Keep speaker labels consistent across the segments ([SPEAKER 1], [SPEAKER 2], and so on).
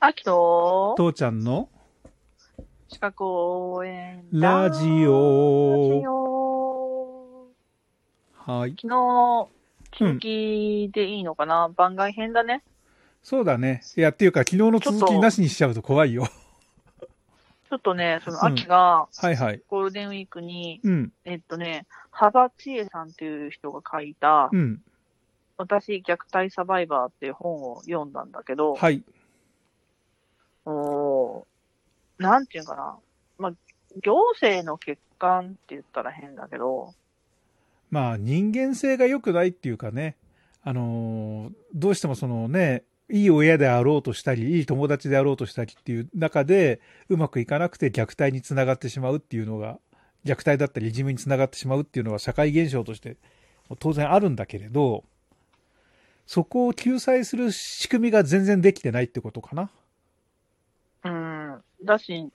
[SPEAKER 1] あきと、
[SPEAKER 2] 父ちゃんの
[SPEAKER 1] 四角応援
[SPEAKER 2] ラジ
[SPEAKER 1] ラ
[SPEAKER 2] オ
[SPEAKER 1] ジ。オ
[SPEAKER 2] はい。
[SPEAKER 1] 昨日、続きでいいのかな、番外編だね。
[SPEAKER 2] そうだね。いや、っていうか、昨日の続きなしにしちゃうと怖いよ。
[SPEAKER 1] ちょっとね、その、
[SPEAKER 2] うん
[SPEAKER 1] 秋が、
[SPEAKER 2] はいはい。
[SPEAKER 1] ゴールデンウィークに、
[SPEAKER 2] うん、
[SPEAKER 1] えっとね、幅千恵さんっていう人が書いた、
[SPEAKER 2] うん。
[SPEAKER 1] 私虐待サバイバーっていう本を読んだんだけど、
[SPEAKER 2] はい。
[SPEAKER 1] おーなんていうのかな。まあ、行政の欠陥って言ったら変だけど、
[SPEAKER 2] まあ、人間性が良くないっていうかね。あのーどうしてもそのね、いい親であろうとしたり、いい友達であろうとしたりっていう中で、うまくいかなくて虐待につながってしまうっていうのが、虐待だったりいじめにつながってしまうっていうのは社会現象として当然あるんだけれど、そこを救済する仕組みが全然できてないってことかな。
[SPEAKER 1] うん、だし、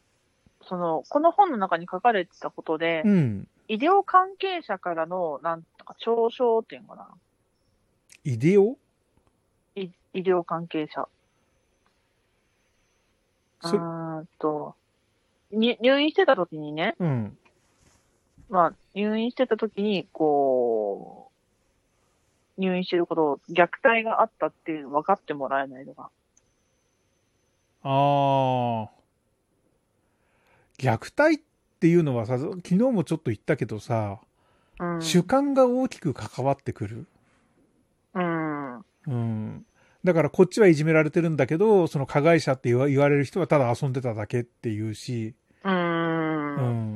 [SPEAKER 1] その、この本の中に書かれてたことで、
[SPEAKER 2] うん。
[SPEAKER 1] 医療関係者からの、なんとか、嘲笑っていうのかな。
[SPEAKER 2] イデオ
[SPEAKER 1] い医療関係者。う
[SPEAKER 2] そ
[SPEAKER 1] ーんと、に入院してた時にね、
[SPEAKER 2] うん。
[SPEAKER 1] まあ、入院してた時に、こう、入院してることを虐待があったっていうの分かってもらえないのが。
[SPEAKER 2] ああ。虐待っていうのはさ、昨日もちょっと言ったけどさ、
[SPEAKER 1] うん。
[SPEAKER 2] 主観が大きく関わってくる。
[SPEAKER 1] うん。
[SPEAKER 2] うん。だからこっちはいじめられてるんだけど、その加害者って言わ言われる人はただ遊んでただけっていうし、
[SPEAKER 1] う。
[SPEAKER 2] うん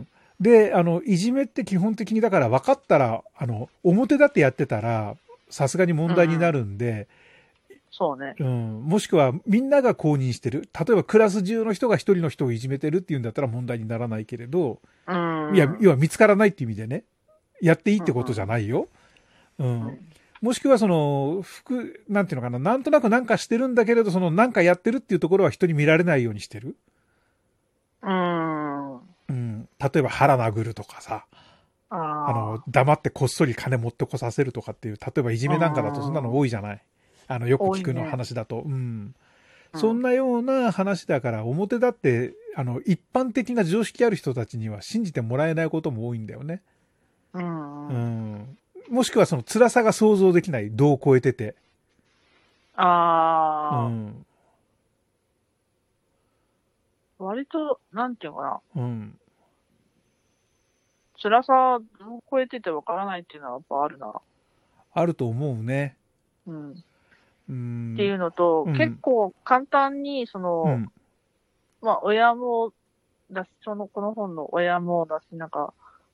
[SPEAKER 2] ん。で、あの、いじめって基本的にだから分かったら、あの、表立ってやってたら、さすがに問題になるんで、
[SPEAKER 1] そうね。
[SPEAKER 2] うん、もしくはみんなが公認してる。例えばクラス中の人が一人の人をいじめてるっていうんだったら問題にならないけれど、
[SPEAKER 1] うん。
[SPEAKER 2] いや、要は見つからないっていう意味でね、やっていいってことじゃないよ。う。
[SPEAKER 1] うんん、
[SPEAKER 2] もしくはその、服、なんていうのかな、なんとなくなんかしてるんだけれど、そのなんかやってるっていうところは人に見られないようにしてる。
[SPEAKER 1] うん。
[SPEAKER 2] うん。例えば腹殴るとかさ、
[SPEAKER 1] あ
[SPEAKER 2] あ
[SPEAKER 1] あ
[SPEAKER 2] の、黙ってこっそり金持ってこさせるとかっていう、例えばいじめなんかだとそんなの多いじゃない。あの、よく聞く
[SPEAKER 1] 多い
[SPEAKER 2] の
[SPEAKER 1] ね
[SPEAKER 2] 話だと。うん。
[SPEAKER 1] うん
[SPEAKER 2] そんなような話だから、表だって、あの、一般的な常識ある人たちには信じてもらえないことも多いんだよね。
[SPEAKER 1] うん
[SPEAKER 2] う
[SPEAKER 1] うん。
[SPEAKER 2] ん。もしくはその辛さが想像できない。度を超えてて。う
[SPEAKER 1] ああ、
[SPEAKER 2] ん。
[SPEAKER 1] 割と、なんていうのかな。
[SPEAKER 2] うん。
[SPEAKER 1] 辛さを超えててわからないっていうのはやっぱあるな。
[SPEAKER 2] あると思うね。
[SPEAKER 1] うん。
[SPEAKER 2] うん。
[SPEAKER 1] っていうのと、
[SPEAKER 2] うん
[SPEAKER 1] 結構簡単に、その、
[SPEAKER 2] うん。
[SPEAKER 1] まあ、親もだし、その、この本の親もだし、なんか、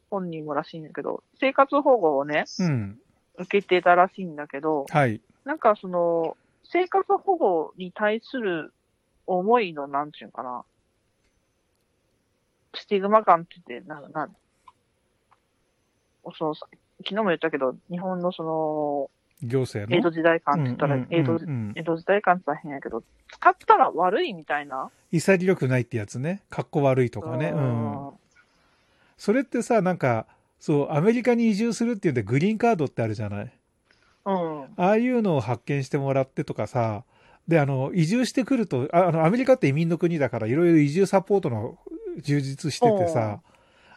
[SPEAKER 1] 本人もらしいんだけど、生活保護をね、
[SPEAKER 2] うん。
[SPEAKER 1] 受けてたらしいんだけど、
[SPEAKER 2] はい。
[SPEAKER 1] なんかその、生活保護に対する思いの、なんちゅうんかな、スティグマ感って言って、なん、なん、その、昨日も言ったけど、日本のその、
[SPEAKER 2] 行政の。
[SPEAKER 1] 江戸時代感って言ったら、
[SPEAKER 2] うんうん
[SPEAKER 1] 江戸
[SPEAKER 2] う、ん
[SPEAKER 1] 江戸時代感って言ったら変やけど、使ったら悪いみたいな。
[SPEAKER 2] 潔くないってやつね。かっこ悪いとかね。うん。それってさ、なんか、そう、アメリカに移住するっていうんで、グリーンカードってあるじゃない。
[SPEAKER 1] うん。うん。
[SPEAKER 2] ああいうのを発見してもらってとかさ、で、あの、移住してくると、ああの、アメリカって移民の国だから、いろいろ移住サポートの充実しててさ、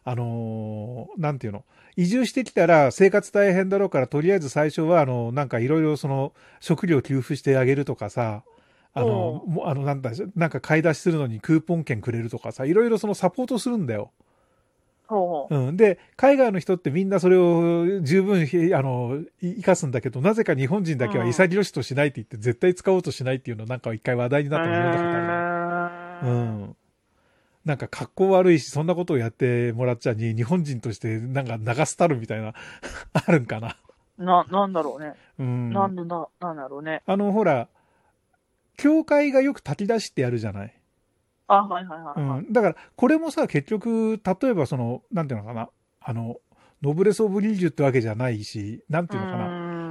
[SPEAKER 2] あのーなんていうの、移住してきたら生活大変だろうから、とりあえず最初は、あの、なんかいろいろその、食料給付してあげるとかさ、あの、もうあの、なんだ、なんか買い出しするのにクーポン券くれるとかさ、いろいろそのサポートするんだよ。
[SPEAKER 1] ほうほ
[SPEAKER 2] うん、で海外の人ってみんなそれを十分ひあのい生かすんだけどなぜか日本人だけは
[SPEAKER 1] うん
[SPEAKER 2] 潔しとしないって言って絶対使おうとしないっていうのなんか一回話題に
[SPEAKER 1] う。
[SPEAKER 2] なったの読んだことあ
[SPEAKER 1] う
[SPEAKER 2] るな、
[SPEAKER 1] ー。
[SPEAKER 2] うんん、なんか格好悪いしそんなことをやってもらっちゃに日本人としてなんか流すたるみたいな あるんかな、
[SPEAKER 1] な、なんだろうね。
[SPEAKER 2] うん、
[SPEAKER 1] なんでな、なんだろうね。
[SPEAKER 2] あのほら教会がよく炊き出しってやるじゃない
[SPEAKER 1] あ、はいはいは
[SPEAKER 2] う
[SPEAKER 1] いはい。
[SPEAKER 2] ん、だからこれもさ結局例えばそのなんていうのかなあのノブレス・オブ・リージュってわけじゃないしなんていうのかな、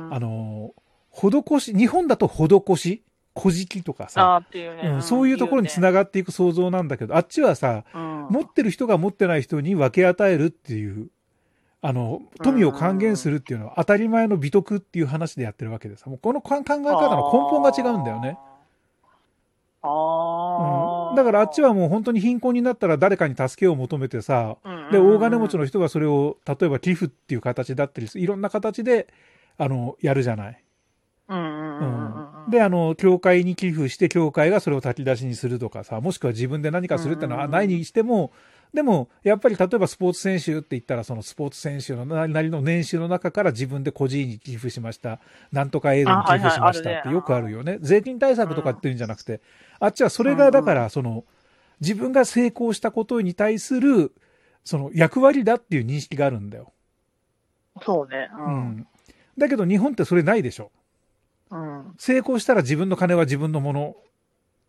[SPEAKER 1] な
[SPEAKER 2] あの施し日本だと施し小敷とかさ、
[SPEAKER 1] あーっていうね。
[SPEAKER 2] うん、そういうところにつながっていく想像なんだけど、あっちはさ持
[SPEAKER 1] も
[SPEAKER 2] ってる人が持ってない人に分け与えるっていうあの富を還元するっていうのは当たり前の美徳っていう話でやってるわけでさもうこの考え方の根本が違うんだよね。
[SPEAKER 1] あー
[SPEAKER 2] だからあっちはもう本当に貧困になったら誰かに助けを求めてさ、で、大金持ち
[SPEAKER 1] の。
[SPEAKER 2] の人がそれを、例えば寄付っていう形だったり、いろんな形で、あの、やるじゃない。
[SPEAKER 1] うんうん
[SPEAKER 2] う
[SPEAKER 1] うんうんうん
[SPEAKER 2] ん。で、あの、教会に寄付して、教会がそれを炊き出しにするとかさ、もしくは自分で何かするっての
[SPEAKER 1] うん
[SPEAKER 2] は
[SPEAKER 1] うん
[SPEAKER 2] ないにしても、でも、やっぱり例えばスポーツ選手って言ったら、そのスポーツ選手のななりの年収の中から自分で個人に寄付しました、なんとかエイドに寄付しました
[SPEAKER 1] あはいはい
[SPEAKER 2] ってよくあるよね。税金対策とかっていうんじゃなくて、あっちはそれがだから、その、自分が成功したことに対する、その役割だっていう認識があるんだよ。
[SPEAKER 1] そうね。う。
[SPEAKER 2] うんん。だけど日本ってそれないでしょ。
[SPEAKER 1] うん。
[SPEAKER 2] 成功したら自分の金は自分のもの。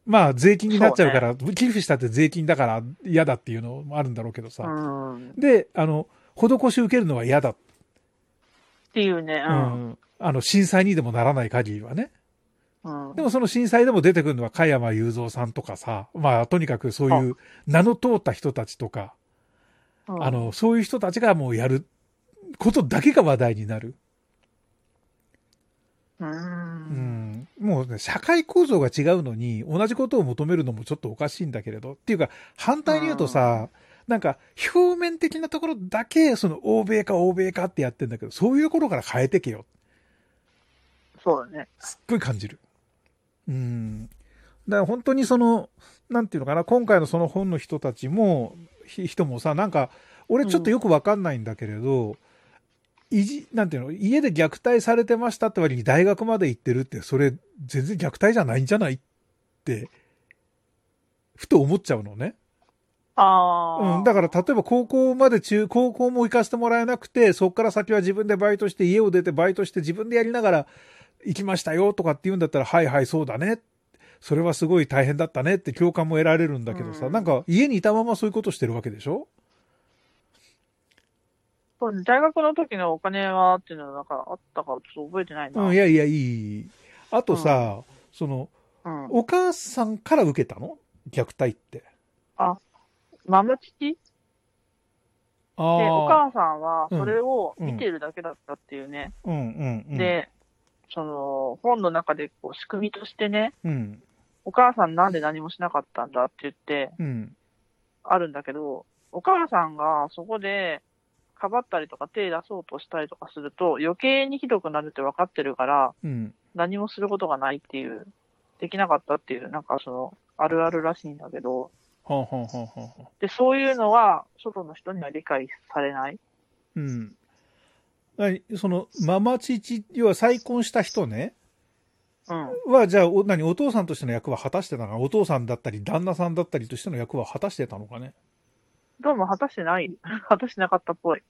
[SPEAKER 2] まあ、税金になっちゃうから、寄付したって税金だから嫌だっていうのもあるんだろうけど
[SPEAKER 1] う
[SPEAKER 2] さ。
[SPEAKER 1] ん。っ
[SPEAKER 2] で、あの、施し受けるのは嫌だ。
[SPEAKER 1] ていうね。うん。
[SPEAKER 2] うんあの、震災にでもならない限りはね。
[SPEAKER 1] うん
[SPEAKER 2] でもその震災でも出てくるのは、加山雄三さんとかさ、まあ、とにかくそういう名の通った人たちとか、
[SPEAKER 1] うん
[SPEAKER 2] あの、そういう人たちがもうやることだけが話題になる。
[SPEAKER 1] う。
[SPEAKER 2] うんんもうね、社会構造が違うのに、同じことを求めるのもちょっとおかしいんだけれど、っていうか、反対に言うとさ、なんか、表面的なところだけ、その、欧米か欧米かってやってんだけど、そういうところから変えてけよ。
[SPEAKER 1] そうだね。
[SPEAKER 2] すっごい感じる。うん。だから本当にその、なんていうのかな、今回のその本の人たちも、ひ人もさ、なんか、俺ちょっとよくわかんないんだけれど、いじ、なんていうの、家で虐待されてましたって割に大学まで行ってるって、それ全然虐待じゃないんじゃないって、ふと思っちゃうのね。
[SPEAKER 1] ああ。
[SPEAKER 2] うん、だから例えば高校まで中、高校も行かせてもらえなくて、そこから先は自分でバイトして、家を出てバイトして自分でやりながら行きましたよとかって言うんだったら、はいはいそうだね。それはすごい大変だったねって共感も得られるんだけどさ、
[SPEAKER 1] うん
[SPEAKER 2] なんか家にいたままそういうことしてるわけでしょ
[SPEAKER 1] そうね大学の時のお金はっていうのは、なんかあったか、ちょっと覚えてないな。
[SPEAKER 2] うん、いやいやいい。あとさ、その、
[SPEAKER 1] うん。
[SPEAKER 2] お母さんから受けたの虐待って。
[SPEAKER 1] ママチキで、
[SPEAKER 2] あ
[SPEAKER 1] お
[SPEAKER 2] あ。
[SPEAKER 1] 母さんは、それを見てるだけだったっていうね。
[SPEAKER 2] うんうんうん。、
[SPEAKER 1] で、その、本の中で、こう、仕組みとしてね、
[SPEAKER 2] うん
[SPEAKER 1] お母さんなんで何もしなかったんだって言って、
[SPEAKER 2] うん
[SPEAKER 1] あるんだけど、お母さんがそこで、かばったりとか手出そうとしたりとかすると、余計にひどくなるって分かってるから、
[SPEAKER 2] うん。
[SPEAKER 1] 何もすることがないっていう、できなかったっていう、なんかその、あるあるらしいんだけど、
[SPEAKER 2] はあはあはあはあ。
[SPEAKER 1] で、そういうのは、外の人には理解されない。
[SPEAKER 2] うん。何その、ママ父、要は再婚した人ね、
[SPEAKER 1] うん。
[SPEAKER 2] は、じゃあ、お何、お父さんとしての役は果たしてたのかなお父さんだったり、旦那さんだったりとしての役は果たしてたのかね
[SPEAKER 1] どうも果たしてない、果たしてなかったっぽい。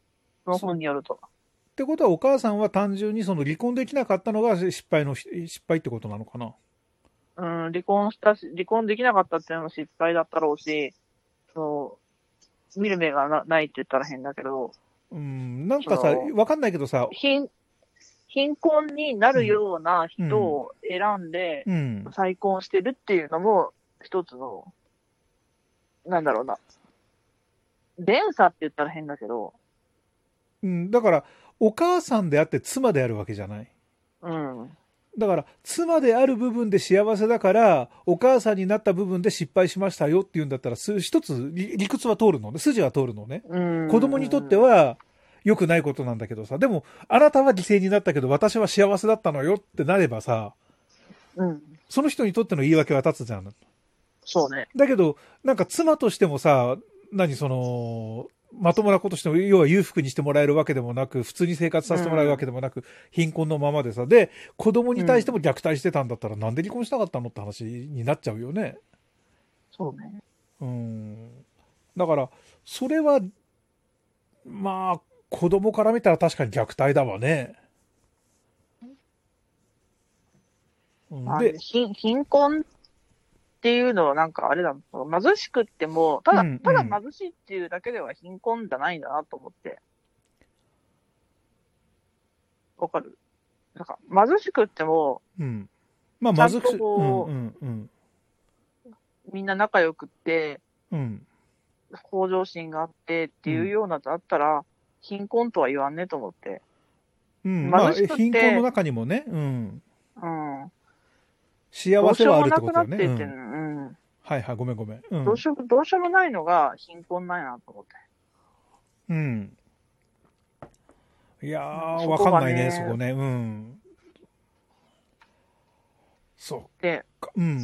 [SPEAKER 1] その本によると。
[SPEAKER 2] ってことは、お母さんは単純にその離婚できなかったのが失敗の、失敗ってことなのかな
[SPEAKER 1] うん、離婚したし、離婚できなかったっていうのも失敗だったろうし、そう、見る目がなないって言ったら変だけど、
[SPEAKER 2] うん、なんかさ
[SPEAKER 1] そ、の
[SPEAKER 2] わかんないけどさ、
[SPEAKER 1] 貧、貧困になるような人を選んで
[SPEAKER 2] うん。
[SPEAKER 1] 再婚してるっていうのも一つの、なんだろうな。連鎖って言ったら変だけど、
[SPEAKER 2] うん、だから、お母さんであって妻であるわけじゃない。
[SPEAKER 1] うん。
[SPEAKER 2] だから、妻である部分で幸せだから、お母さんになった部分で失敗しましたよっていうんだったら、す一つ理理屈は通るのね。筋は通るのね。
[SPEAKER 1] うん、
[SPEAKER 2] 子供にとっては良くないことなんだけどさ、でも、あなたは犠牲になったけど、私は幸せだったのよってなればさ、
[SPEAKER 1] うん、
[SPEAKER 2] その人にとっての言い訳は立つじゃん。
[SPEAKER 1] そうね。
[SPEAKER 2] だけど、なんか妻としてもさ、何その、まともなことしても、要は裕福にしてもらえるわけでもなく、普通に生活させてもらえるわけでもなく、貧困のままでさ、で、子供に対しても虐待してたんだったら、なんで離婚しなかったのって話になっちゃうよね。
[SPEAKER 1] そうね。
[SPEAKER 2] うん。だから、それは、まあ、子供から見たら確かに虐待だわね。うん
[SPEAKER 1] まあ
[SPEAKER 2] で、
[SPEAKER 1] 貧貧困っていうのはなんかあれだ、貧しくっても、ただ、
[SPEAKER 2] うんうん
[SPEAKER 1] ただ貧しいっていうだけでは貧困じゃないんだなと思って。わかるなんか貧しくっても、
[SPEAKER 2] うん。まあ、
[SPEAKER 1] ちゃ
[SPEAKER 2] 貧
[SPEAKER 1] ん
[SPEAKER 2] くし
[SPEAKER 1] とこう
[SPEAKER 2] うんうん
[SPEAKER 1] みんな仲良くって、
[SPEAKER 2] うん。うん。
[SPEAKER 1] 向上心があってっていうようなだったら、貧困とは言わんねと思って。
[SPEAKER 2] うん、まあ、
[SPEAKER 1] 貧しくって
[SPEAKER 2] 貧困の中にもね、うん。
[SPEAKER 1] うん。
[SPEAKER 2] 幸せはあるっ
[SPEAKER 1] どうしよう
[SPEAKER 2] てことだよ
[SPEAKER 1] もなくなって
[SPEAKER 2] ね。
[SPEAKER 1] って、
[SPEAKER 2] う
[SPEAKER 1] うんん。
[SPEAKER 2] はいはい、ごめんごめん。うん
[SPEAKER 1] どうしよう、どうしようもないのが貧困ないなと思って。
[SPEAKER 2] うん。いやー、
[SPEAKER 1] そ
[SPEAKER 2] わ
[SPEAKER 1] こ
[SPEAKER 2] か
[SPEAKER 1] がね
[SPEAKER 2] んないね、そこね。うん。そ
[SPEAKER 1] で、
[SPEAKER 2] うか。うん。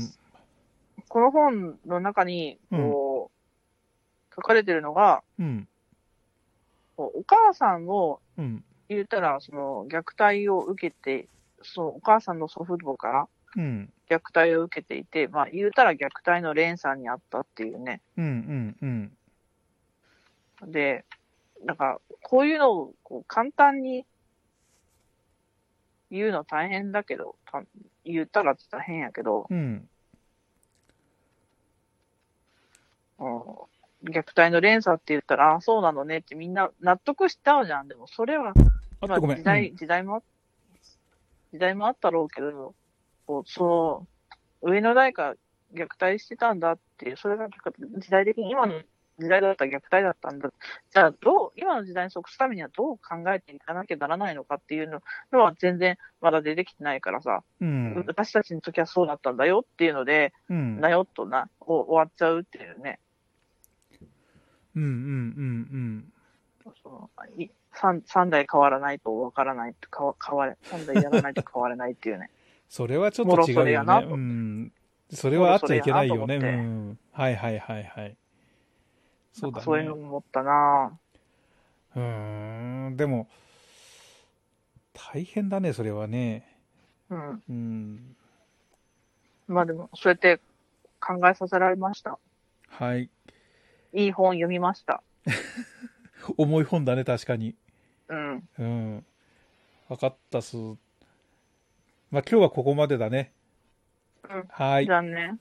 [SPEAKER 1] この本の中に、こう、書かれてるのが、
[SPEAKER 2] うん。
[SPEAKER 1] こうお母さんを
[SPEAKER 2] うん。
[SPEAKER 1] 言ったら、その、虐待を受けて、そう、お母さんの祖父母から
[SPEAKER 2] うん。
[SPEAKER 1] 虐待を受けていて、まあ、言うたら虐待の連鎖にあったっていうね。
[SPEAKER 2] うん。うん。うん。
[SPEAKER 1] で、なんか、こういうのをこう簡単に言うの大変だけど、た言ったら大変やけど、
[SPEAKER 2] うん。
[SPEAKER 1] うん、虐待の連鎖って言ったら、あそうなのねってみんな納得しちゃうじゃん。でもそれは、
[SPEAKER 2] あ
[SPEAKER 1] ま
[SPEAKER 2] と
[SPEAKER 1] あ
[SPEAKER 2] ごめん。
[SPEAKER 1] 時代、時代もあ、時代もあったろうけど、こうその、上の代が虐待してたんだっていう、それが時代的に今の時代だったら虐待だったんだ。じゃあ、どう、今の時代に即すためにはどう考えていかなきゃならないのかっていうののは全然まだ出てきてないからさ、
[SPEAKER 2] うん。うん
[SPEAKER 1] 私たちの時はそうだったんだよっていうので、
[SPEAKER 2] うん。
[SPEAKER 1] なよっとな、お終わっちゃうっていうね。
[SPEAKER 2] うん。うん。
[SPEAKER 1] そのい三三代変わらないとわからないと、変わ変われ、三代やらないと変わらないっていうね。
[SPEAKER 2] それはちょっ
[SPEAKER 1] も
[SPEAKER 2] と
[SPEAKER 1] ろ
[SPEAKER 2] 違
[SPEAKER 1] そうれ
[SPEAKER 2] よ
[SPEAKER 1] や
[SPEAKER 2] ね
[SPEAKER 1] な。
[SPEAKER 2] うん。それはあっちゃいけないよね。
[SPEAKER 1] もろそうれやなと
[SPEAKER 2] ん。はいはいはいはい。そうだね。
[SPEAKER 1] そういうのも思ったな
[SPEAKER 2] うーん、でも、大変だね、それはね。
[SPEAKER 1] うん。
[SPEAKER 2] うん。
[SPEAKER 1] まあでも、そうやって考えさせられました。
[SPEAKER 2] はい。
[SPEAKER 1] いい本読みました。
[SPEAKER 2] 重い本だね、確かに。
[SPEAKER 1] うん。
[SPEAKER 2] うん。わかったっす。まあ、今日はここまでだね。
[SPEAKER 1] うん
[SPEAKER 2] はい
[SPEAKER 1] じ。ゃあね。